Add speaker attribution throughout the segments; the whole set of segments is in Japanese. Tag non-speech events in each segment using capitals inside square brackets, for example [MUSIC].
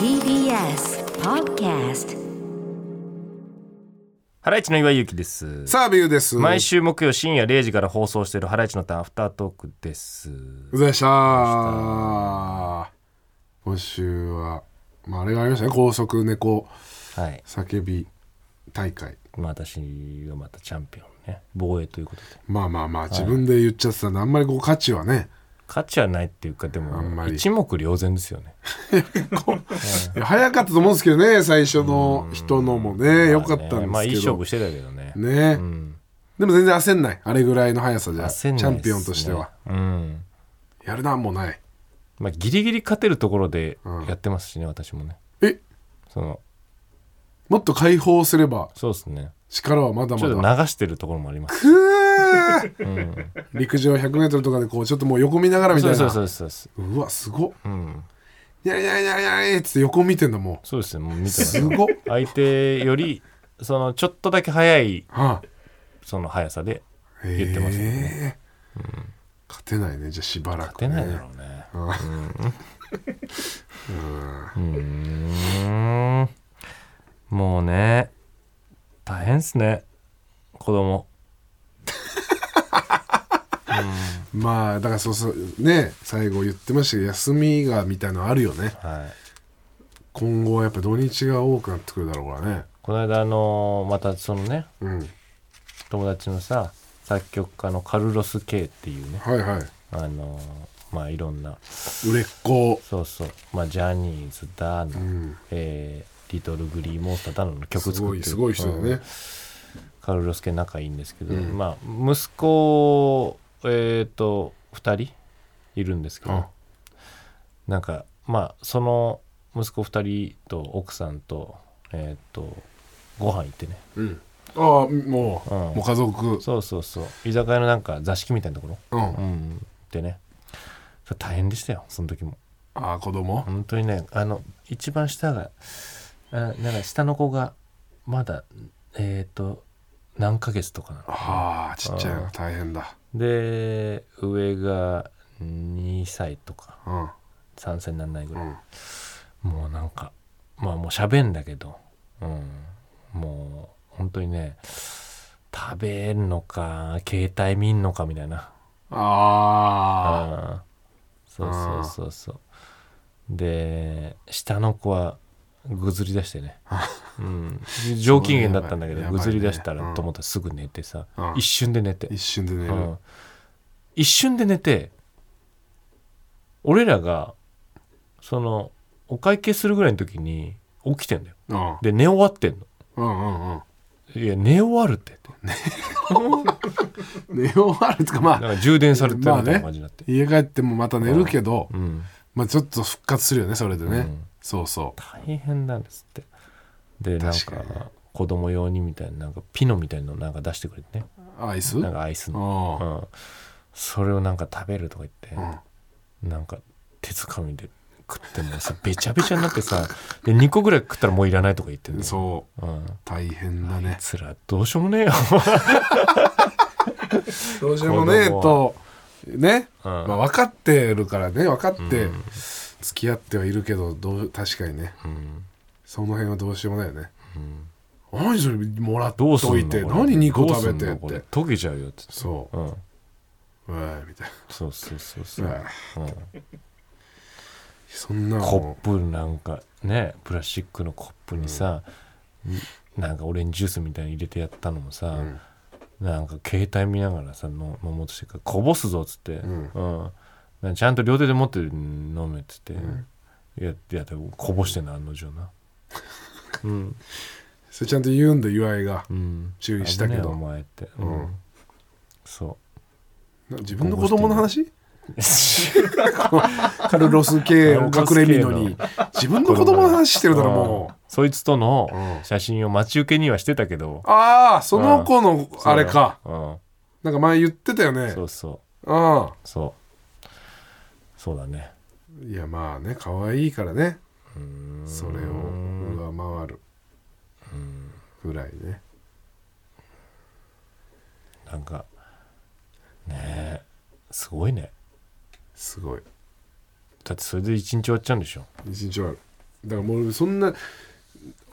Speaker 1: TBS Podcast
Speaker 2: ハライチの岩井ゆきです。
Speaker 3: サービューです。
Speaker 2: 毎週木曜深夜0時から放送しているハライチのターンアフタートークです。
Speaker 3: うざいしゃー。今週は、まあ、あれがありましたね。高速猫
Speaker 2: はい。
Speaker 3: 叫び大会。
Speaker 2: まあ私がまたチャンピオンね。防衛ということで。
Speaker 3: まあまあまあ、自分で言っちゃってたんで、あんまりこう価値はね、
Speaker 2: 価値はないっていうか、で
Speaker 3: あん
Speaker 2: も
Speaker 3: ま、り
Speaker 2: 一目瞭然ですよね。
Speaker 3: いや早かったと思うんですけどね、最初の人のもね、良かったんですけど。
Speaker 2: まあいい勝負してたけどね。
Speaker 3: ね、
Speaker 2: うん。
Speaker 3: でも全然焦んない。あれぐらいの速さじゃ、チ
Speaker 2: 焦んないっすね
Speaker 3: ャンピオンとしては。。
Speaker 2: うん。
Speaker 3: やるなんもない。
Speaker 2: まあギリギリ勝てるところでやってますしね、私もね。
Speaker 3: え、
Speaker 2: その、
Speaker 3: もっと解放すれば、
Speaker 2: そうですね。
Speaker 3: 力はまだ
Speaker 2: ちょっと
Speaker 3: ま
Speaker 2: 流
Speaker 3: だ。
Speaker 2: してるところもあります。
Speaker 3: くー陸上1 0 0ルとかでこうちょっともう横見ながらみたい
Speaker 2: そう
Speaker 3: な
Speaker 2: そうそうそうそう。
Speaker 3: うわすごっ
Speaker 2: うん。
Speaker 3: にゃりにゃりにゃりにゃりっつって横見てんだも
Speaker 2: そうですね。 [LAUGHS] もう見てま
Speaker 3: う
Speaker 2: す
Speaker 3: す。ごっ
Speaker 2: 相手よりそのちょっとだけ速い
Speaker 3: はあ
Speaker 2: その速さで言
Speaker 3: 言
Speaker 2: ってましたよね
Speaker 3: 勝てないねじゃあしばらく、
Speaker 2: 勝て
Speaker 3: ね、
Speaker 2: ないだろうねうんうーんもうね大変っすね子供
Speaker 3: まあだからそうそうね最後言ってましたけど休みがみたいのあるよね
Speaker 2: はい
Speaker 3: 今後はやっぱ土日が多くなってくるだろうからね
Speaker 2: この間あのまたそのね
Speaker 3: うん
Speaker 2: 友達のさ作曲家のカルロス・ケイっていうね
Speaker 3: はいはい
Speaker 2: あのまあいろんな
Speaker 3: 売れっ子
Speaker 2: そうそうまあジャニーズだの、
Speaker 3: うん
Speaker 2: えーリトルグリーモンスターだのの曲作っ
Speaker 3: す
Speaker 2: て
Speaker 3: ご
Speaker 2: る
Speaker 3: いすごい人だよね、
Speaker 2: カルロス家仲いいんですけど、
Speaker 3: うん
Speaker 2: まあ息子えっ、と2人いるんですけど
Speaker 3: あ
Speaker 2: なんかまあその息子2人と奥さんとえっ、とご飯行ってね
Speaker 3: うんああもう、も
Speaker 2: うん
Speaker 3: う家族
Speaker 2: そうそうそう居酒屋のなんか座敷みたいなとこ
Speaker 3: うん、
Speaker 2: ろ、うん、でねそれ大変でしたよその時も
Speaker 3: ああ子供
Speaker 2: 本当にねあの一番下があなんか下の子がまだえっ、と何ヶ月とかなの
Speaker 3: ああちっちゃい
Speaker 2: あ
Speaker 3: の大変だ
Speaker 2: で上が2歳とか
Speaker 3: うん
Speaker 2: 3歳にならないぐ
Speaker 3: う
Speaker 2: らい、
Speaker 3: ん
Speaker 2: もうなんかまあもう喋んだけど、うん、もう本当にね食べるのか携帯見んのかみたいな
Speaker 3: ああ
Speaker 2: あそうそうそうそうで下の子はぐずり出
Speaker 3: [LAUGHS]
Speaker 2: してね、うん、上機嫌だったんだけ
Speaker 3: や
Speaker 2: ど
Speaker 3: ばい
Speaker 2: ぐ
Speaker 3: ね
Speaker 2: ずり出したらと思ったらすぐ寝てさ、
Speaker 3: うん
Speaker 2: 一瞬で寝て
Speaker 3: 一瞬で寝る、
Speaker 2: うん一瞬で寝て俺らがそのお会計するぐらいの時に起きてんだよ
Speaker 3: うん
Speaker 2: で寝終わってんの
Speaker 3: うんうんうん
Speaker 2: いや寝終わるってって
Speaker 3: 寝終わるとかま
Speaker 2: なん
Speaker 3: あ
Speaker 2: か充電されてるみたい
Speaker 3: まあ
Speaker 2: な
Speaker 3: ね
Speaker 2: 感じになって、
Speaker 3: 家帰ってもまた寝るけど、
Speaker 2: うん、
Speaker 3: まあちょっと復活するよねそれでね、
Speaker 2: うん
Speaker 3: そうそう
Speaker 2: 大変なんですってでなん
Speaker 3: 確かに
Speaker 2: か子供用にみたいななんかピノみたいのなんか出してくれてね
Speaker 3: アイス
Speaker 2: なんかアイスの、う
Speaker 3: あ
Speaker 2: ん、それをなんか食べるとか言って、
Speaker 3: あ
Speaker 2: なんか手づかみで食ってもさべちゃべちゃになってさで2個ぐらい食ったらもういらないとか言ってん
Speaker 3: う
Speaker 2: の
Speaker 3: ん、そ
Speaker 2: う
Speaker 3: う
Speaker 2: ん、
Speaker 3: 大変だね
Speaker 2: つらどうしようもねえよ、
Speaker 3: どうしようもねえとね、
Speaker 2: うん
Speaker 3: まあ、分かってるからね分かって付き合ってはいるけどどう確かにね
Speaker 2: うん
Speaker 3: その辺はどうしようもないよね、何それもらっ
Speaker 2: どうすん
Speaker 3: と
Speaker 2: の
Speaker 3: いて
Speaker 2: これ
Speaker 3: 何2個
Speaker 2: どうす
Speaker 3: 食
Speaker 2: ん
Speaker 3: べ
Speaker 2: の
Speaker 3: てっ
Speaker 2: これ
Speaker 3: て
Speaker 2: 溶けちゃうよって、
Speaker 3: そう
Speaker 2: ん、
Speaker 3: うわーみたい
Speaker 2: そうそうそうそう、
Speaker 3: なう
Speaker 2: う
Speaker 3: わー
Speaker 2: ん、
Speaker 3: そんなの
Speaker 2: コ
Speaker 3: も
Speaker 2: ップなんかねプラスチックのコップにさ、なんかオレンジジュースみたいに入れてやったのもさ、
Speaker 3: ん
Speaker 2: なんか携帯見ながらさの飲もうとしてるからこぼすぞっつって、
Speaker 3: ん
Speaker 2: うんなんかちゃんと両手で持って飲めっつって、いやいやでもこぼしてんの案の定なうん、
Speaker 3: それちゃんと言うんだ岩井が
Speaker 2: うん、
Speaker 3: 注意したけど
Speaker 2: 危ねえお前って、
Speaker 3: うん
Speaker 2: そ
Speaker 3: な自分の子供の話 [LAUGHS] カルロス系を隠れみのに自分の子供の話して
Speaker 2: う
Speaker 3: るだろも
Speaker 2: んそいつとの
Speaker 3: うん
Speaker 2: 写真を待ち受けにはしてたけど
Speaker 3: うああその子のあれか
Speaker 2: うん
Speaker 3: なんか前言ってたよね
Speaker 2: そうそう
Speaker 3: あ
Speaker 2: そうそうだね
Speaker 3: あいやまあね可愛いからね
Speaker 2: うーん
Speaker 3: それを上回るぐらいね
Speaker 2: なんかねえすごいね
Speaker 3: すごい
Speaker 2: だってそれで一日終わっちゃうんでしょ
Speaker 3: 一日はだからもうそんな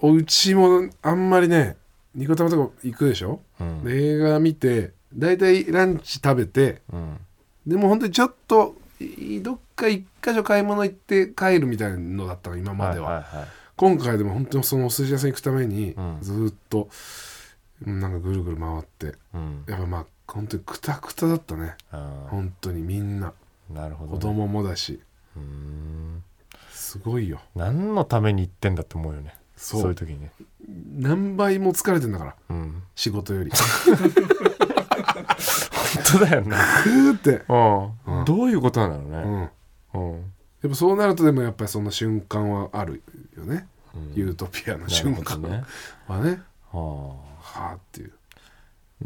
Speaker 3: お家もあんまりねニコ玉とか行くでしょ、
Speaker 2: うん
Speaker 3: で映画見て大体ランチ食べて
Speaker 2: うん
Speaker 3: でも本当にちょっといどっか一箇所買い物行って帰るみたいなのだったの今までは、
Speaker 2: いはいはい
Speaker 3: 今回でも本当にそのお寿司屋さん行くために
Speaker 2: うん
Speaker 3: ずーっとうんなんかぐるぐる回って
Speaker 2: うん
Speaker 3: やっぱまあ本当にクタクタだったね
Speaker 2: あ
Speaker 3: 本当にみんな
Speaker 2: ーなるほど、
Speaker 3: 子
Speaker 2: ね、
Speaker 3: 供もだし
Speaker 2: うーん
Speaker 3: すごいよ
Speaker 2: 何のために行ってんだって思うよね
Speaker 3: そ
Speaker 2: そうういう時にね
Speaker 3: 何倍も疲れてんだから
Speaker 2: うん
Speaker 3: 仕事
Speaker 2: [LAUGHS]
Speaker 3: より
Speaker 2: 本当だよね
Speaker 3: クーって
Speaker 2: うん、
Speaker 3: うん
Speaker 2: どういうことなんだ
Speaker 3: う
Speaker 2: ろ
Speaker 3: ん
Speaker 2: うね
Speaker 3: やっぱそうなるとでもやっぱりその瞬間はあるよね、
Speaker 2: うん、うん
Speaker 3: ユートピアの
Speaker 2: なる
Speaker 3: 瞬
Speaker 2: ほど
Speaker 3: 間
Speaker 2: ね
Speaker 3: はね
Speaker 2: は
Speaker 3: はあっていう、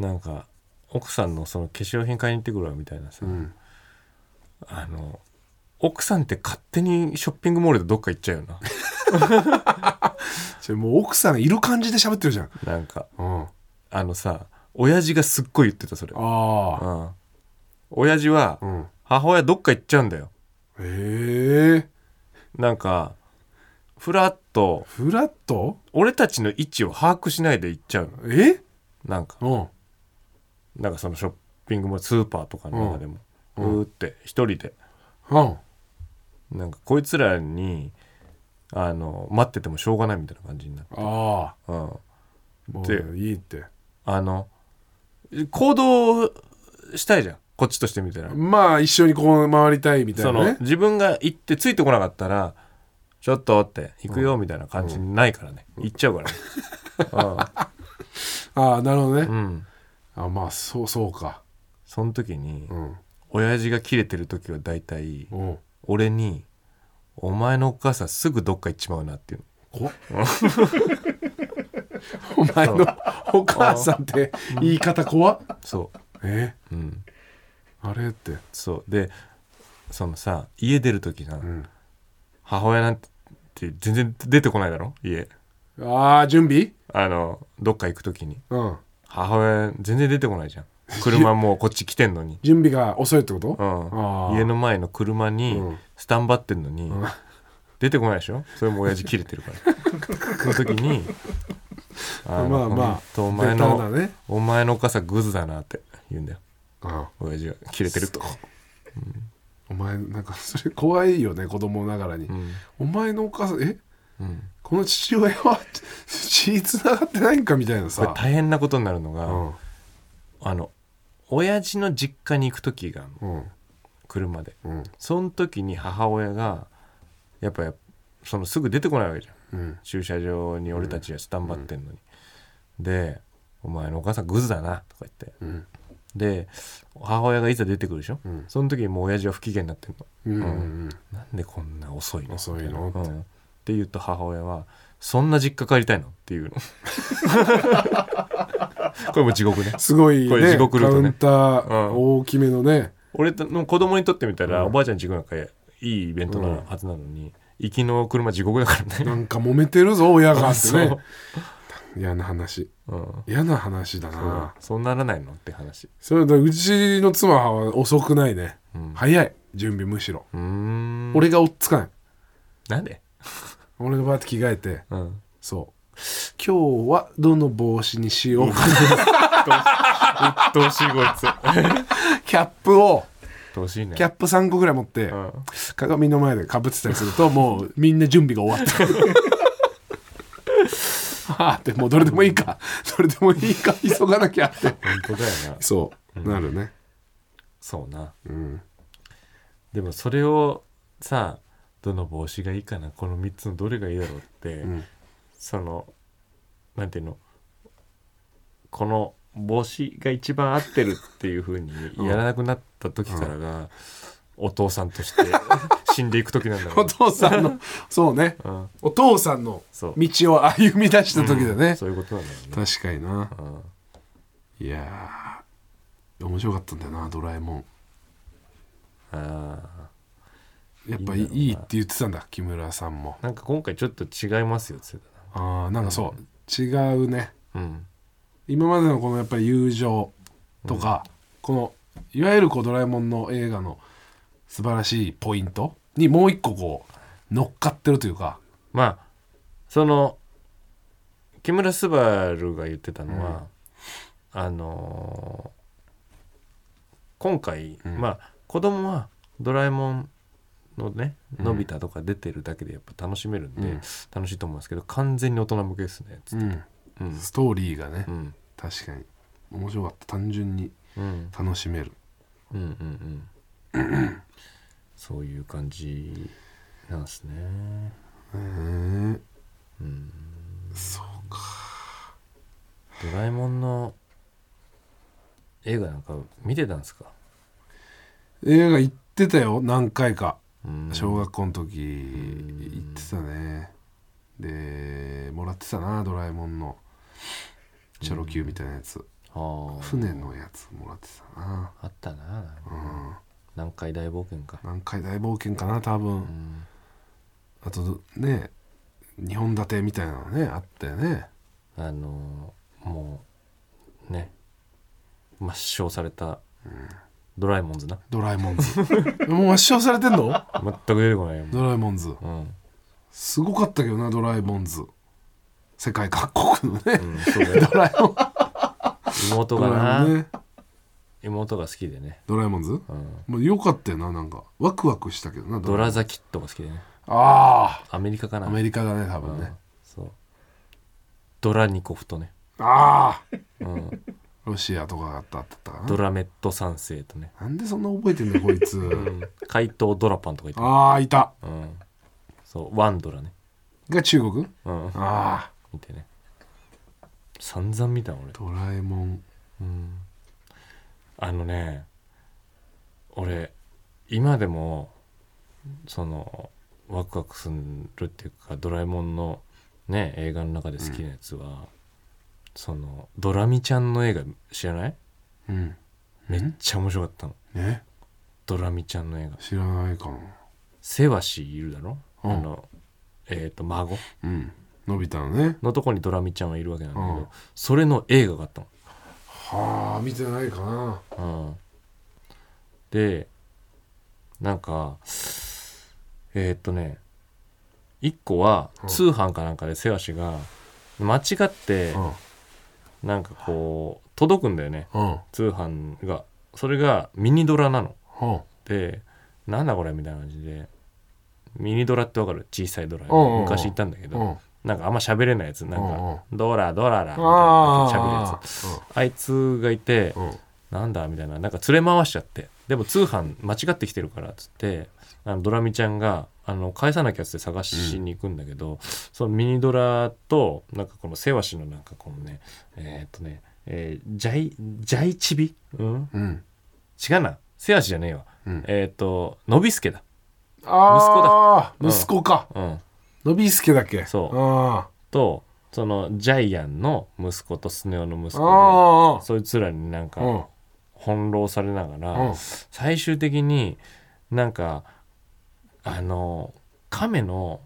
Speaker 2: あなんか奥さんのその化粧品買いに行ってくるわみたいなさ、
Speaker 3: うん、
Speaker 2: あの奥さんって勝手にショッピングモールでどっか行っちゃう [LAUGHS] よな
Speaker 3: それもう奥さんいる感じで喋ってるじゃん、
Speaker 2: なんか
Speaker 3: うん、あ
Speaker 2: あのさ親父がすっごい言ってたそれう
Speaker 3: あ
Speaker 2: ん親父は
Speaker 3: うん
Speaker 2: 母親どっか行っちゃうんだよ
Speaker 3: ええ
Speaker 2: なんかふらっと
Speaker 3: フラット
Speaker 2: 俺たちの位置を把握しないで行っちゃうの
Speaker 3: え
Speaker 2: なんか
Speaker 3: うん
Speaker 2: なんかそのショッピングモールスーパーとかの中でも、う
Speaker 3: うん
Speaker 2: ーって一人で
Speaker 3: うん
Speaker 2: なんかこいつらにあの待っててもしょうがないみたいな感じになる、
Speaker 3: ああ
Speaker 2: うん、
Speaker 3: も
Speaker 2: で
Speaker 3: ういいって
Speaker 2: あの行動したいじゃんこっちとしてみたいな、
Speaker 3: まあ一緒にこう回りたいみた
Speaker 2: そ
Speaker 3: いな
Speaker 2: の
Speaker 3: ね
Speaker 2: 自分が行ってついてこなかったらちょっとって行くよみたいな感じないからね、行っちゃうからね
Speaker 3: ああなるほどね、
Speaker 2: うん、うん、
Speaker 3: あまあそうそうか
Speaker 2: その時に
Speaker 3: うん
Speaker 2: 親父がキレてる時は大体
Speaker 3: うん
Speaker 2: 俺に「お前のお母さんすぐどっか行っちまうな」っていうの
Speaker 3: こ
Speaker 2: [LAUGHS]
Speaker 3: お前のお母さんって言い方怖っ
Speaker 2: そ
Speaker 3: え
Speaker 2: ううん
Speaker 3: あれって
Speaker 2: そうでそのさ家出る時さ、
Speaker 3: うん
Speaker 2: 母親なんて全然出てこないだろ家
Speaker 3: ああ準備
Speaker 2: あのどっか行く時に
Speaker 3: うん
Speaker 2: 母親全然出てこないじゃん車もうこっち来てんのに
Speaker 3: 準備が遅いってこと
Speaker 2: うん
Speaker 3: あー
Speaker 2: 家の前の車に
Speaker 3: うん
Speaker 2: スタンバってんのに、
Speaker 3: ん
Speaker 2: 出てこないでしょそれも親父切れてるから
Speaker 3: [LAUGHS]
Speaker 2: その時に「あの
Speaker 3: まあま
Speaker 2: ほ
Speaker 3: あ
Speaker 2: んとお前
Speaker 3: ベタ
Speaker 2: の、
Speaker 3: だね
Speaker 2: お前のお母さんグズだな」って言うんだよ
Speaker 3: うん
Speaker 2: 親父が切れてると、
Speaker 3: お前なんかそれ怖いよね子供ながらに
Speaker 2: うん
Speaker 3: お前のお母さんえ
Speaker 2: うん
Speaker 3: この父親は [LAUGHS] 血つながってないんかみたいな
Speaker 2: これ
Speaker 3: さ
Speaker 2: 大変なことになるのが、
Speaker 3: うん
Speaker 2: あの親父の実家に行く時があるの
Speaker 3: うん
Speaker 2: 車で
Speaker 3: うん
Speaker 2: その時に母親がやっぱやそのすぐ出てこないわけじゃん
Speaker 3: うん
Speaker 2: 駐車場に俺たちがスタンバってんのに、で「お前のお母さんグズだな」とか言って
Speaker 3: うん
Speaker 2: で母親がいざ出てくるでしょ、
Speaker 3: うん
Speaker 2: その時にもう親父は不機嫌になってるの
Speaker 3: うんうん
Speaker 2: なんでこんな遅いの
Speaker 3: 遅いの
Speaker 2: って,、
Speaker 3: っ
Speaker 2: うん、って言うと母親は「そんな実家帰りたいの?」って
Speaker 3: [LAUGHS]
Speaker 2: いうのこれも地獄ね
Speaker 3: すごい
Speaker 2: これ
Speaker 3: ね
Speaker 2: 地獄ル
Speaker 3: カ
Speaker 2: ート
Speaker 3: ウ
Speaker 2: ね
Speaker 3: ンター
Speaker 2: うん
Speaker 3: 大きめのね
Speaker 2: 俺の子供にとってみたら、
Speaker 3: うん
Speaker 2: おばあちゃん地獄なんかいいイベントなはずなのに、行きの車地獄だからね
Speaker 3: なんか揉めてるぞ親がって
Speaker 2: そ
Speaker 3: ね
Speaker 2: う、
Speaker 3: 嫌な話
Speaker 2: うん、
Speaker 3: 嫌な話だな
Speaker 2: そうならないのって話
Speaker 3: それだうちの妻は遅くないね、
Speaker 2: うん
Speaker 3: 早い準備むしろ、
Speaker 2: うーん
Speaker 3: 俺が追っつかない
Speaker 2: なんで
Speaker 3: 俺がバーって着替えて
Speaker 2: うん
Speaker 3: そう今日はどの帽子にしようかな
Speaker 2: 鬱陶しいこい [LAUGHS] つ
Speaker 3: [LAUGHS] キャップを
Speaker 2: 鬱陶しいね
Speaker 3: キャップ3個ぐらい持って、
Speaker 2: うん
Speaker 3: 鏡の前でかぶってたりするともうみんな準備が終わった [LAUGHS] はあってもうどれでもいいかどれでもいいか急がなきゃって
Speaker 2: 本当だよな
Speaker 3: [LAUGHS] そう、なるね
Speaker 2: そうな
Speaker 3: うん
Speaker 2: でもそれをさどの帽子がいいかなこの3つのどれがいいだろうって、
Speaker 3: ん
Speaker 2: そのなんていうのこの帽子が一番合ってるっていうふうにやらなくなった時からが、お父さんと
Speaker 3: [LAUGHS]
Speaker 2: して死んでいく時なんだろ
Speaker 3: [LAUGHS] お
Speaker 2: うね
Speaker 3: 父さんのそうね
Speaker 2: うん
Speaker 3: お父さんの
Speaker 2: そう
Speaker 3: 道を歩み出した時だね、
Speaker 2: そういうことなんだろうね
Speaker 3: 確かにな
Speaker 2: うん
Speaker 3: いやー面白かったんだよなドラえもん
Speaker 2: あ
Speaker 3: やっぱ
Speaker 2: い
Speaker 3: いい
Speaker 2: いんだろうない
Speaker 3: いって言ってたんだ木村さんも
Speaker 2: ーなんか今回ちょっと違いますよつって
Speaker 3: あーなんかそう、違うね
Speaker 2: たなうん
Speaker 3: 今までのこのやっぱり友情とか、このいわゆるこうドラえもんの映画の素晴らしいポイントにもう一個こう乗っかってるというか
Speaker 2: まあその木村昴が言ってたのは、あのー今回、
Speaker 3: うん
Speaker 2: まあ子供は「ドラえもん」のね「のび太」とか出てるだけでやっぱ楽しめるんで、
Speaker 3: うん
Speaker 2: 楽しいと思うんですけど完全に大人向けですねつってうん
Speaker 3: ストーリーがね、
Speaker 2: うん
Speaker 3: 確かに面白かった単純に
Speaker 2: うん
Speaker 3: 楽しめる
Speaker 2: うんうんうんそういう感じなんですね
Speaker 3: うん
Speaker 2: ドラえもんの映画なんか見てたんですか
Speaker 3: 映画行ってたよ何回か
Speaker 2: うん
Speaker 3: 小学校の時行ってたねでもらってたなドラえもんのチョロ Q みたいなやつ
Speaker 2: ああ
Speaker 3: 船のやつもらってたな
Speaker 2: あったな
Speaker 3: うん
Speaker 2: 南海大冒険か
Speaker 3: 南海大冒険かな多分、
Speaker 2: うん
Speaker 3: あとね2本立てみたいなのねあったよね
Speaker 2: あのーもうね抹消されたドラえもんズな
Speaker 3: ドラえもんズ [LAUGHS] もう抹消されてんの
Speaker 2: 全く出てこないよ
Speaker 3: [LAUGHS]
Speaker 2: も
Speaker 3: ドラえもんズ
Speaker 2: ううん
Speaker 3: すごかったけどなドラえもんズ世界各国のね、
Speaker 2: うんそうだよ
Speaker 3: ドラえもん
Speaker 2: 妹
Speaker 3: ド
Speaker 2: が
Speaker 3: [LAUGHS] ラえも
Speaker 2: な
Speaker 3: んね
Speaker 2: 妹が好きでね
Speaker 3: ドラえもんズ
Speaker 2: うん
Speaker 3: もうよかったよななんかワクワクしたけどな
Speaker 2: ドラ
Speaker 3: ズ
Speaker 2: ザキットが好きでね
Speaker 3: あ
Speaker 2: アメリカか
Speaker 3: あ
Speaker 2: な
Speaker 3: アメリカだね多
Speaker 2: う
Speaker 3: 分
Speaker 2: ん
Speaker 3: ね、
Speaker 2: そうドラニコフとね、
Speaker 3: ああ
Speaker 2: うん、
Speaker 3: ロシアとかだっただったか
Speaker 2: ド
Speaker 3: な
Speaker 2: ラメット三世とね、
Speaker 3: なんでそんな覚えてんだよこいつ、
Speaker 2: うん、怪盗ドラパンとか言って
Speaker 3: ああいた
Speaker 2: た、うん、そうワンドラね、
Speaker 3: が中国
Speaker 2: うん、
Speaker 3: ああ
Speaker 2: 見てね散々見た俺、
Speaker 3: ドラえもん
Speaker 2: うん、あのね俺今でもそのワクワクするっていうか「ドラえもん」のね映画の中で好きなやつは、そのドラミちゃんの映画知らない
Speaker 3: うん
Speaker 2: めっちゃ面白かったの
Speaker 3: ね
Speaker 2: ドラミちゃんの映画
Speaker 3: 知らないかな
Speaker 2: セワシいるだろ、
Speaker 3: うん
Speaker 2: あのえっ、と孫
Speaker 3: うんのび太のね
Speaker 2: のとこにドラミちゃんはいるわけなんだけど、
Speaker 3: うん
Speaker 2: それの映画があったの
Speaker 3: はあ見てないかな
Speaker 2: うん、でなんかえーっとね1個は
Speaker 3: うん
Speaker 2: 通販かなんかでせわしが間違って
Speaker 3: う
Speaker 2: なんかこう届くんだよね
Speaker 3: んうん
Speaker 2: 通販がそれがミニドラなの
Speaker 3: うん
Speaker 2: でなんだこれみたいな感じでミニドラってわかる小さいドラ
Speaker 3: うんうんうん
Speaker 2: 昔行ったんだけ
Speaker 3: うん
Speaker 2: どなんかあんま喋れないやつなん
Speaker 3: うんうん
Speaker 2: かドラドララみたいな
Speaker 3: あ
Speaker 2: 喋るやつあいつがいて
Speaker 3: ーうんうん
Speaker 2: なんだみたいななんか連れ回しちゃってでも通販間違ってきてるからっつってあのドラミちゃんがあの返さなきゃっつって探しに行くんだけど、そのミニドラとなんかこのせわしのなんかこのねえーっとね、えージャイジャイチビ、うん、
Speaker 3: うん
Speaker 2: 違うなせわしじゃねえわ、
Speaker 3: うん
Speaker 2: えーっとのびすけだ、
Speaker 3: あ
Speaker 2: 息子だう
Speaker 3: ー
Speaker 2: ん
Speaker 3: 息子か
Speaker 2: うん、
Speaker 3: のびすけだっけ
Speaker 2: そう
Speaker 3: あ
Speaker 2: とそのジャイアンの息子とスネ夫の息
Speaker 3: ー
Speaker 2: 子
Speaker 3: あ
Speaker 2: でそいつらになん
Speaker 3: ーうん
Speaker 2: か翻弄されながら、
Speaker 3: うん
Speaker 2: 最終的になんかあの亀の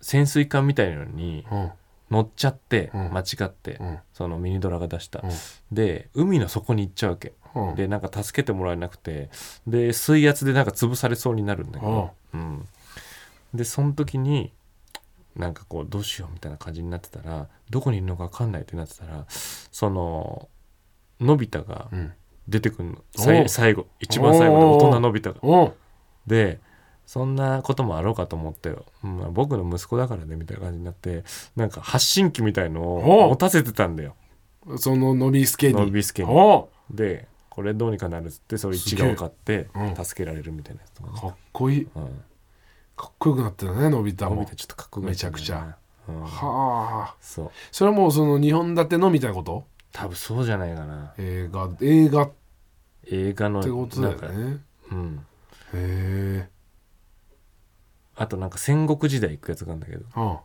Speaker 2: 潜水艦みたいなのに
Speaker 3: うん
Speaker 2: 乗っちゃって
Speaker 3: うん
Speaker 2: 間違って、
Speaker 3: うん
Speaker 2: そのミニドラが出した、
Speaker 3: うん
Speaker 2: で海の底に行っちゃうわけ
Speaker 3: うん
Speaker 2: でなんか助けてもらえなくてで水圧でなんか潰されそうになるんだけど、うん、でその時になんかこうどうしようみたいな感じになってたらどこにいるのか分かんないってなってたらそののび太が
Speaker 3: うん
Speaker 2: 出てくるの
Speaker 3: お
Speaker 2: さい最後一番最後の大人のび太が
Speaker 3: うん
Speaker 2: でそんなこともあろうかと思って、うんまあ僕の息子だからねみたいな感じになってなんか発信機みたいの
Speaker 3: お
Speaker 2: を持たせてたんだよ
Speaker 3: そののびすけに
Speaker 2: のびすけに
Speaker 3: お
Speaker 2: でこれどうにかなるっつってそれ一眼を買って
Speaker 3: すげえうん
Speaker 2: 助けられるみたいなやつとかね
Speaker 3: かっこいい
Speaker 2: うん
Speaker 3: かっこよくなったよねのび太
Speaker 2: 伸び
Speaker 3: も
Speaker 2: てちょっとかっこよくなっんだよ
Speaker 3: めちゃく
Speaker 2: なうん
Speaker 3: はあ
Speaker 2: そう
Speaker 3: それはもうその2本立てのみたいなこと
Speaker 2: 多分そうじゃないかな
Speaker 3: 映画映画って
Speaker 2: 映画の
Speaker 3: ことだ
Speaker 2: な
Speaker 3: よ
Speaker 2: んか
Speaker 3: ね
Speaker 2: うん
Speaker 3: へえ
Speaker 2: あとなんか戦国時代行くやつなんだけど
Speaker 3: うん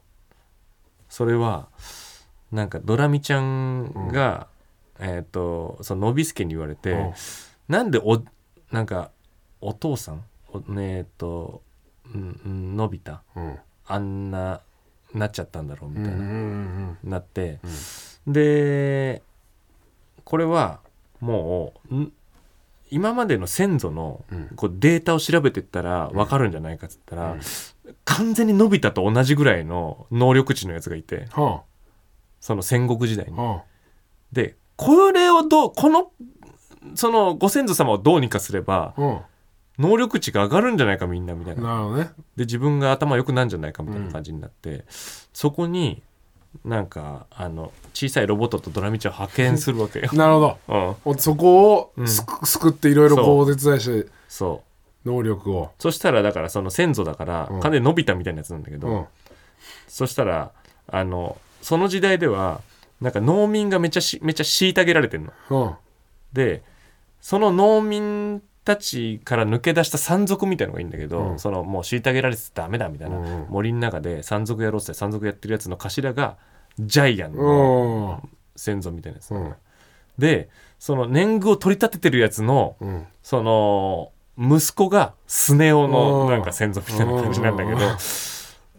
Speaker 2: それはなんかドラミちゃんが、えっ、とそのノビスケに言われて、
Speaker 3: うん
Speaker 2: なんでおなんかお父さんおえっ、と、うんうん、のび太
Speaker 3: うん
Speaker 2: あんななっちゃったんだろうみたいな、
Speaker 3: うん
Speaker 2: なって、でこれはもうん今までの先祖の
Speaker 3: うん
Speaker 2: こうデータを調べてったら分かるんじゃないかっつったら、
Speaker 3: うん
Speaker 2: 完全にのび太と同じぐらいの能力値のやつがいて
Speaker 3: は
Speaker 2: その戦国時代
Speaker 3: あ
Speaker 2: に。
Speaker 3: は
Speaker 2: でこれをどうこのそのご先祖様をどうにかすれば
Speaker 3: あは
Speaker 2: 能力値が上がるんじゃないかみんなみたい
Speaker 3: あ
Speaker 2: な
Speaker 3: なるほどね。
Speaker 2: で自分が頭良くなんじゃないかみたいな感じになって、そこになんかあの小さいロボットとドラミちゃんを派遣するわけよ
Speaker 3: なるほど
Speaker 2: [LAUGHS] うん、
Speaker 3: おそこ
Speaker 2: う
Speaker 3: を
Speaker 2: ん
Speaker 3: すく,、すくっていろいろこうお手伝いして
Speaker 2: そう
Speaker 3: 能力を
Speaker 2: そしたらだからその先祖だから
Speaker 3: うん
Speaker 2: 完全にのび太みたいなやつなんだけど、
Speaker 3: うん
Speaker 2: そしたらあのその時代ではなんか農民がめちゃしめちゃ虐げられてんの。
Speaker 3: うん
Speaker 2: でその農民たちから抜け出した山賊みたいのがいいんだけど、
Speaker 3: うん
Speaker 2: そのもう虐げられてダメだみたいな、
Speaker 3: うんうん
Speaker 2: 森の中で山賊やろうっつって山賊やってるやつの頭がジャイアンの
Speaker 3: うん
Speaker 2: 先祖みたいなやつ、
Speaker 3: うん
Speaker 2: でその年貢を取り立ててるやつの
Speaker 3: うん
Speaker 2: その息子がスネ夫
Speaker 3: う
Speaker 2: の
Speaker 3: ん
Speaker 2: なんか先祖みたいな感じなんだけど
Speaker 3: うん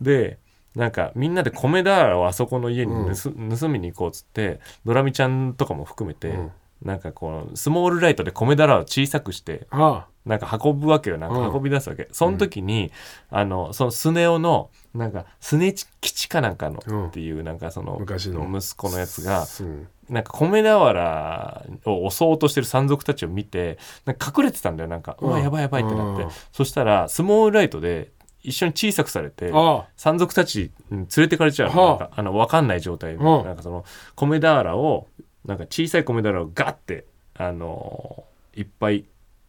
Speaker 2: でなんかみんなで米俵をあそこの家に盗,、盗みに行こうっつってドラミちゃんとかも含めて、
Speaker 3: うん
Speaker 2: なんかこうスモールライトで米俵を小さくして
Speaker 3: は
Speaker 2: なんか運ぶわけよなん
Speaker 3: う
Speaker 2: か
Speaker 3: ん
Speaker 2: 運び出すわけ、その時に、あのそのスネ夫のなんかスネ基地かなんかの
Speaker 3: うん
Speaker 2: っていう、なんかその
Speaker 3: 昔の
Speaker 2: 息子のやつ
Speaker 3: あ
Speaker 2: が
Speaker 3: うん
Speaker 2: なんか米俵を襲おうとしてる山賊たちを見てなんか隠れてたんだよなんか「う
Speaker 3: う
Speaker 2: わ
Speaker 3: ん
Speaker 2: やばいやばい」ってなって、
Speaker 3: うん
Speaker 2: そしたらスモールライトで一緒に小さくされて
Speaker 3: あ
Speaker 2: 山賊たちに連れてかれちゃうの,、
Speaker 3: はあ
Speaker 2: なんかあの分かんない状態で、
Speaker 3: うん
Speaker 2: なんかその米俵をなんか小さい米俵をガッて、あのーいっぱい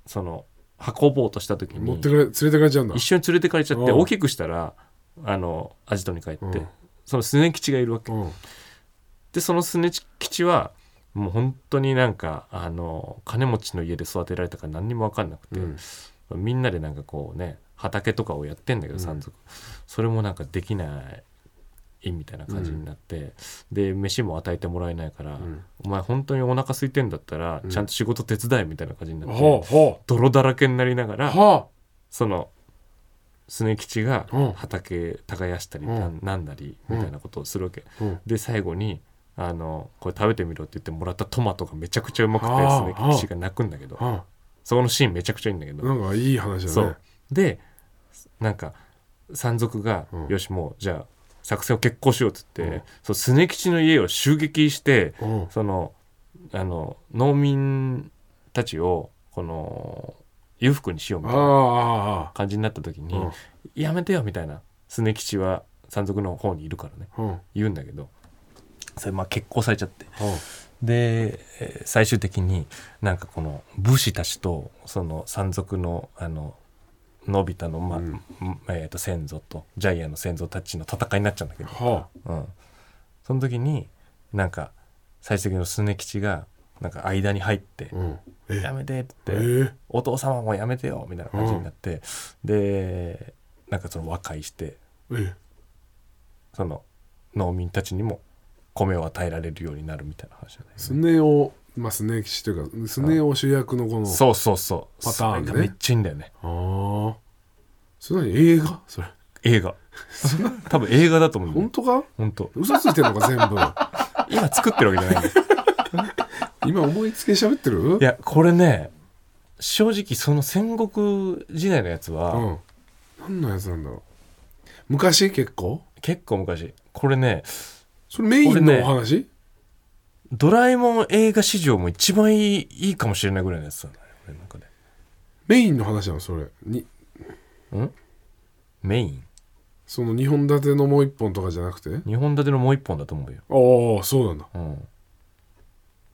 Speaker 2: その運ぼうとした時
Speaker 3: 持
Speaker 2: に
Speaker 3: ってくれ連れてかれちゃうんだ
Speaker 2: 一緒に連れてかれちゃって
Speaker 3: うん
Speaker 2: 大きくしたらあのアジトに帰って、
Speaker 3: うん
Speaker 2: そのスネ吉がいるわけ、
Speaker 3: うん
Speaker 2: でそのスネ吉はもう本当になんかあの金持ちの家で育てられたから何にも分かんなくて、
Speaker 3: うん
Speaker 2: みんなでなんかこうね畑とかをやってんだけど
Speaker 3: うん
Speaker 2: 山賊、それもなんかできないみたいな感じになって、で飯も与えてもらえないから、
Speaker 3: ん
Speaker 2: お前本当にお腹空いてんだったら
Speaker 3: うん
Speaker 2: ちゃんと仕事手伝えみたいな感じになって、
Speaker 3: ほうほ
Speaker 2: 泥だらけになりなが
Speaker 3: う
Speaker 2: ら
Speaker 3: は
Speaker 2: そのスネ吉が
Speaker 3: うん
Speaker 2: 畑耕したり
Speaker 3: うん
Speaker 2: なんなんだりみたいなことをするわけ、
Speaker 3: あうん
Speaker 2: で最後にあの「これ食べてみろ」って言ってもらったトマトがめちゃくちゃうまくて
Speaker 3: あー
Speaker 2: スネ吉が泣くんだけど
Speaker 3: は
Speaker 2: そこのシーンめちゃくちゃいいんだけど
Speaker 3: あなんかいい話
Speaker 2: そ
Speaker 3: だね
Speaker 2: うでなんか山賊が、
Speaker 3: うん
Speaker 2: よしもうじゃあ作戦を決行しようっつって、
Speaker 3: うん
Speaker 2: そうスネ吉の家を襲撃して
Speaker 3: うん
Speaker 2: そのあの農民たちをこの裕福にしようみ
Speaker 3: あ
Speaker 2: た
Speaker 3: あ
Speaker 2: いな
Speaker 3: あああ
Speaker 2: 感じになった時に「
Speaker 3: うん
Speaker 2: やめてよ」みたいなスネ吉は山賊の方にいるからね
Speaker 3: あうん
Speaker 2: 言うんだけどそれまあ決行されちゃって
Speaker 3: うん
Speaker 2: で、えー最終的になんかこの武士たちとその山賊のあののび太の、ま
Speaker 3: うん
Speaker 2: んえー、と先祖とジャイアンの先祖たちの戦いになっちゃうんだけど、
Speaker 3: は
Speaker 2: うん、その時になんか最終的にスネ吉がなんか間に入って
Speaker 3: あうんえ
Speaker 2: 「やめて」って
Speaker 3: え
Speaker 2: 言って「お父様もやめてよ」みたいな感じになって、でなんかその和解して
Speaker 3: え
Speaker 2: その農民たちにも米を与えられるようになるみたいな話だね。
Speaker 3: スネ夫まあスネ騎士というかスネ夫主役のこの
Speaker 2: そうそうそう
Speaker 3: パターンね
Speaker 2: それがめっちゃいいんだよね
Speaker 3: ああそれ何映画それ
Speaker 2: 映画多分映画だと思うんだ
Speaker 3: 本
Speaker 2: よ
Speaker 3: 当か
Speaker 2: 本当
Speaker 3: 嘘ついてるのか全部
Speaker 2: 今作ってるわけじゃないん [LAUGHS] だよ
Speaker 3: 今思いつきで喋ってる
Speaker 2: いやこれね正直その戦国時代のやつは、
Speaker 3: うん何のやつなんだろう昔結構
Speaker 2: 結構昔これね
Speaker 3: それメインのお話、
Speaker 2: 「ドラえもん」映画史上も一番いいいいかもしれないぐらいのやつなんだよ俺の中で
Speaker 3: メインの話なのそれに
Speaker 2: んメイン
Speaker 3: その2本立てのもう1本とかじゃなくて
Speaker 2: 2本立てのもう一本だと思うよ、
Speaker 3: ああそうなんだ
Speaker 2: うん、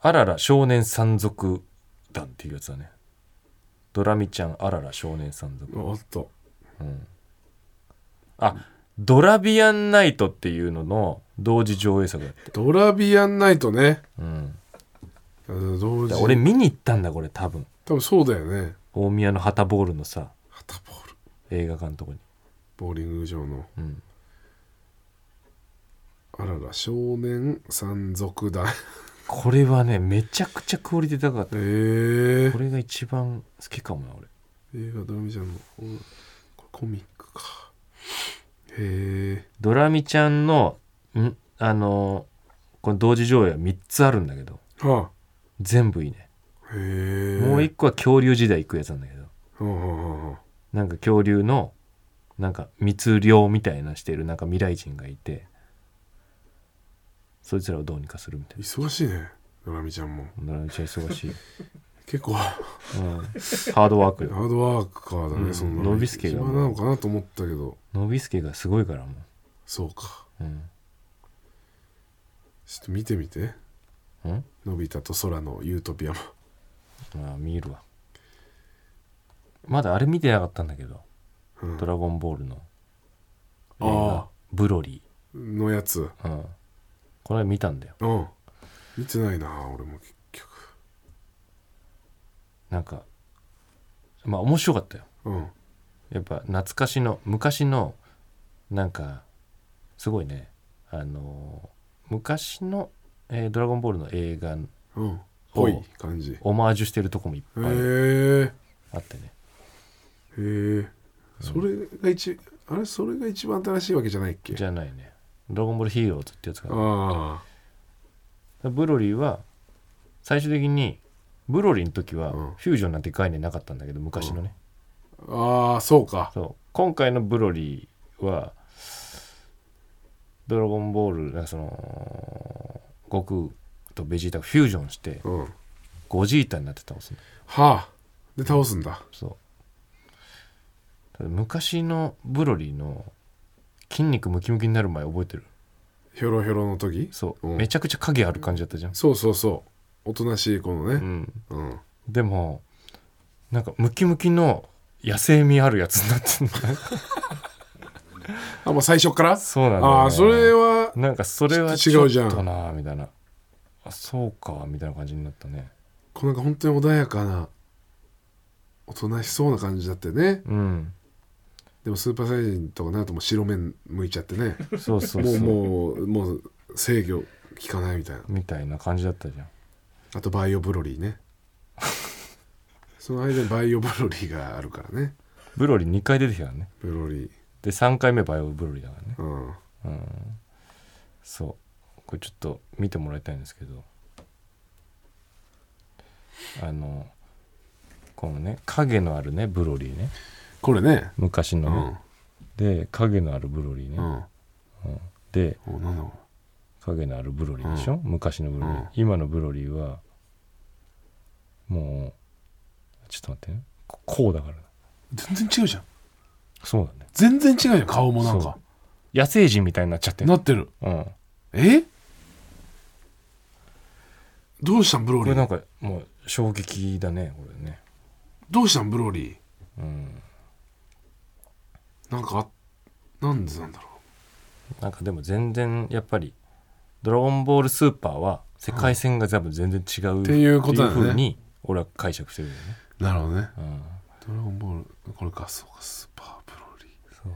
Speaker 2: あらら少年山賊団っていうやつだねドラミちゃんあらら少年山賊
Speaker 3: ああった
Speaker 2: あドラビアンナイトっていうのの同時上映作だって、
Speaker 3: ドラビアンナイトね
Speaker 2: うん、
Speaker 3: あ同
Speaker 2: だ
Speaker 3: 時
Speaker 2: から俺見に行ったんだこれ多分
Speaker 3: 多分そうだよね
Speaker 2: 大宮のハタボールのさ
Speaker 3: ハタボール
Speaker 2: 映画館のとこに、
Speaker 3: ボーリング場の
Speaker 2: うん、
Speaker 3: あらら少年山
Speaker 2: [LAUGHS]
Speaker 3: 賊団へ
Speaker 2: これはねめちゃくちゃクオリティ高かっ
Speaker 3: え
Speaker 2: たこれが一番好きかもな俺
Speaker 3: 映画ドラミちゃんのうんこれコミックかへえ
Speaker 2: ドラミちゃんのんあのこの同時上映は3つあるんだけど
Speaker 3: は
Speaker 2: 全部いいね
Speaker 3: あへえ
Speaker 2: もう一個は恐竜時代行くやつなんだけど
Speaker 3: うんうんうんうん
Speaker 2: なんか恐竜のなんか密漁みたいなしてるなんか未来人がいてそいつらをどうにかするみたい
Speaker 3: 忙しいねドラミちゃんも
Speaker 2: なめっちゃ忙しい、
Speaker 3: 結構ハ
Speaker 2: うん、ハードワークよ
Speaker 3: ードワーカーだね、
Speaker 2: うん
Speaker 3: そんな
Speaker 2: ノビスケが
Speaker 3: 暇なのかなと思ったけど
Speaker 2: ノビスケがすごいからも
Speaker 3: そうか
Speaker 2: ううん、
Speaker 3: ちょっと見てみて
Speaker 2: うん
Speaker 3: のび太と空のユートピアも
Speaker 2: まあ見るわまだあれ見てなかったんだけど
Speaker 3: う
Speaker 2: 「
Speaker 3: ん
Speaker 2: ドラゴンボール」の映
Speaker 3: あ
Speaker 2: 画
Speaker 3: あ
Speaker 2: 「ブロリ
Speaker 3: のやつ
Speaker 2: ー」うん、これ見たんだよ
Speaker 3: うん見てないな俺も結局
Speaker 2: なんかまあ面白かったよ
Speaker 3: うん
Speaker 2: やっぱ懐かしの昔のなんかすごいねあのー昔の、えードラゴンボール」の映画
Speaker 3: うんぽい感じへ
Speaker 2: オマージュしてるとこもいっ
Speaker 3: え
Speaker 2: ぱいあってね、
Speaker 3: へえそれが一あれそれが一番新しいわけじゃないっけ
Speaker 2: じゃないね「ドラゴンボールヒーローズ」ってやつが
Speaker 3: あ
Speaker 2: ブロリーは最終的にブロリーの時は
Speaker 3: うん
Speaker 2: フュージョンなんて概念なかったんだけど昔のね、
Speaker 3: あああそうか
Speaker 2: そう今回のブロリーは「ドラゴンボール」なんかその悟空とベジータがフュージョンして
Speaker 3: うんは
Speaker 2: ゴジータになって倒すの
Speaker 3: あで倒すんだ
Speaker 2: そうただ昔のブロリーの筋肉ムキムキになる前覚えてる
Speaker 3: ひょろひょろの時
Speaker 2: そう、
Speaker 3: うん
Speaker 2: めちゃくちゃ影ある感じだったじゃん、
Speaker 3: そうそうそうおとなしい子の
Speaker 2: う
Speaker 3: ね
Speaker 2: ん、
Speaker 3: うん
Speaker 2: でもなんかムキムキの野生味あるやつになってん
Speaker 3: [LAUGHS]
Speaker 2: だ
Speaker 3: あもう最初から
Speaker 2: そうなんだ、ね、
Speaker 3: ああそれは
Speaker 2: なんかそれは
Speaker 3: ちょっと違うじゃん
Speaker 2: ちょっとなみたいなあそうかみたいな感じになったね
Speaker 3: こうなんか本当に穏やかなおとなしそうな感じだったよね
Speaker 2: うん
Speaker 3: でもスーパーサイジンとかになるともう白面向いちゃってね
Speaker 2: そうそうそう
Speaker 3: もうもうもう制御効かないみたいな
Speaker 2: みたいな感じだったじゃん
Speaker 3: あとバイオブロリーねその間にバイオブロリーがあるからね
Speaker 2: ブロリー2回出てきたからね
Speaker 3: ブロリー
Speaker 2: で3回目バイオブロリーだからね
Speaker 3: うん
Speaker 2: うんそうこれちょっと見てもらいたいんですけどあのこのね影のあるねブロリーね
Speaker 3: これね
Speaker 2: 昔
Speaker 3: う
Speaker 2: のね、
Speaker 3: ん
Speaker 2: で影のあるブロリーね、
Speaker 3: うん
Speaker 2: で
Speaker 3: おなんだこ
Speaker 2: 影のあるブロリーでしょ、昔のブロリー、
Speaker 3: うん
Speaker 2: 今のブロリーはもうちょっと待ってねここうだから
Speaker 3: れ全然違うじゃん
Speaker 2: そうだね
Speaker 3: 全然違うじゃん顔もなんか
Speaker 2: 野生人みたいになっちゃってん
Speaker 3: なってる
Speaker 2: うん、
Speaker 3: えどうしたんブロ
Speaker 2: こ
Speaker 3: リ
Speaker 2: れな
Speaker 3: ー
Speaker 2: んかもう衝撃だねこれね
Speaker 3: どうしたんブロリ
Speaker 2: うん
Speaker 3: ーなんかあなんでなんだろ
Speaker 2: なんかでも全然やっぱり「ドラゴンボールスーパー」は世界線が多分全然違う、
Speaker 3: っていうことだね
Speaker 2: っていうふうに俺は解釈してるよね、
Speaker 3: うなるほどね
Speaker 2: うん
Speaker 3: ドラゴンボールこれかそうかスーパーブロリ
Speaker 2: そ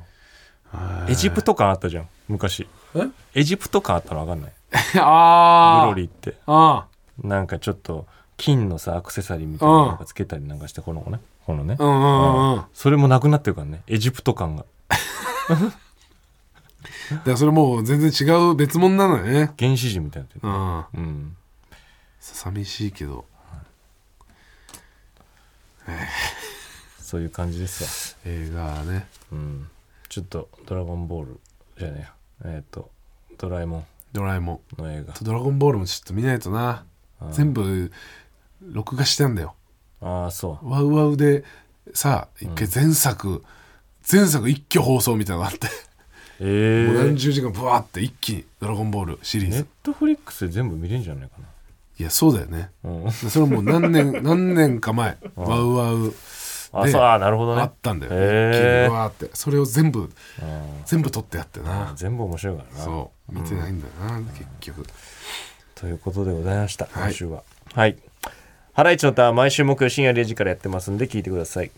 Speaker 2: う
Speaker 3: ー
Speaker 2: エジプト感あったじゃん昔
Speaker 3: え
Speaker 2: エジプト感あったの分かんない
Speaker 3: ト [LAUGHS] ああ
Speaker 2: ブロリーって
Speaker 3: あ
Speaker 2: なんかちょっと金のさアクセサリーみたいなのがつけたりなんかしてこの子ねこのね、
Speaker 3: あうんうんうんうん
Speaker 2: それもなくなってるからねエジプト感が
Speaker 3: だからそれもう全然違う別物なのよね
Speaker 2: 原始人みたいになってる
Speaker 3: うん
Speaker 2: うん
Speaker 3: 寂しいけど
Speaker 2: そういう感じです
Speaker 3: 映画はね
Speaker 2: わうんちょっと「ドラゴンボール」じゃねえやえっ、と「ドラえもん
Speaker 3: ドラえもん」
Speaker 2: の映画
Speaker 3: とドラゴンボールもちょっと見ないとな
Speaker 2: うん
Speaker 3: 全部録画してあんだよ
Speaker 2: ああそう
Speaker 3: ワウワウでさ一回前作、前作一挙放送みたいなのがあって、
Speaker 2: ええ
Speaker 3: もう何十時間ブワーって一気に「ドラゴンボール」シリー
Speaker 2: ネッ
Speaker 3: ズ
Speaker 2: トフリックスで全部見れるんじゃないか
Speaker 3: いやそうだよね
Speaker 2: なうん
Speaker 3: でそれもう何年 [LAUGHS] 何年か前ワウワウ
Speaker 2: あ
Speaker 3: で
Speaker 2: そうあーなるほどね
Speaker 3: あったんだよ、
Speaker 2: へー
Speaker 3: 一気にブワーってそれを全部
Speaker 2: うん
Speaker 3: 全部撮ってあってな
Speaker 2: 全部面白いからな
Speaker 3: そう見てないんだよな、結局
Speaker 2: ということでございました
Speaker 3: い
Speaker 2: 今週ははい「ハライチのターン」毎週木曜深夜0時からやってますんで聞いてください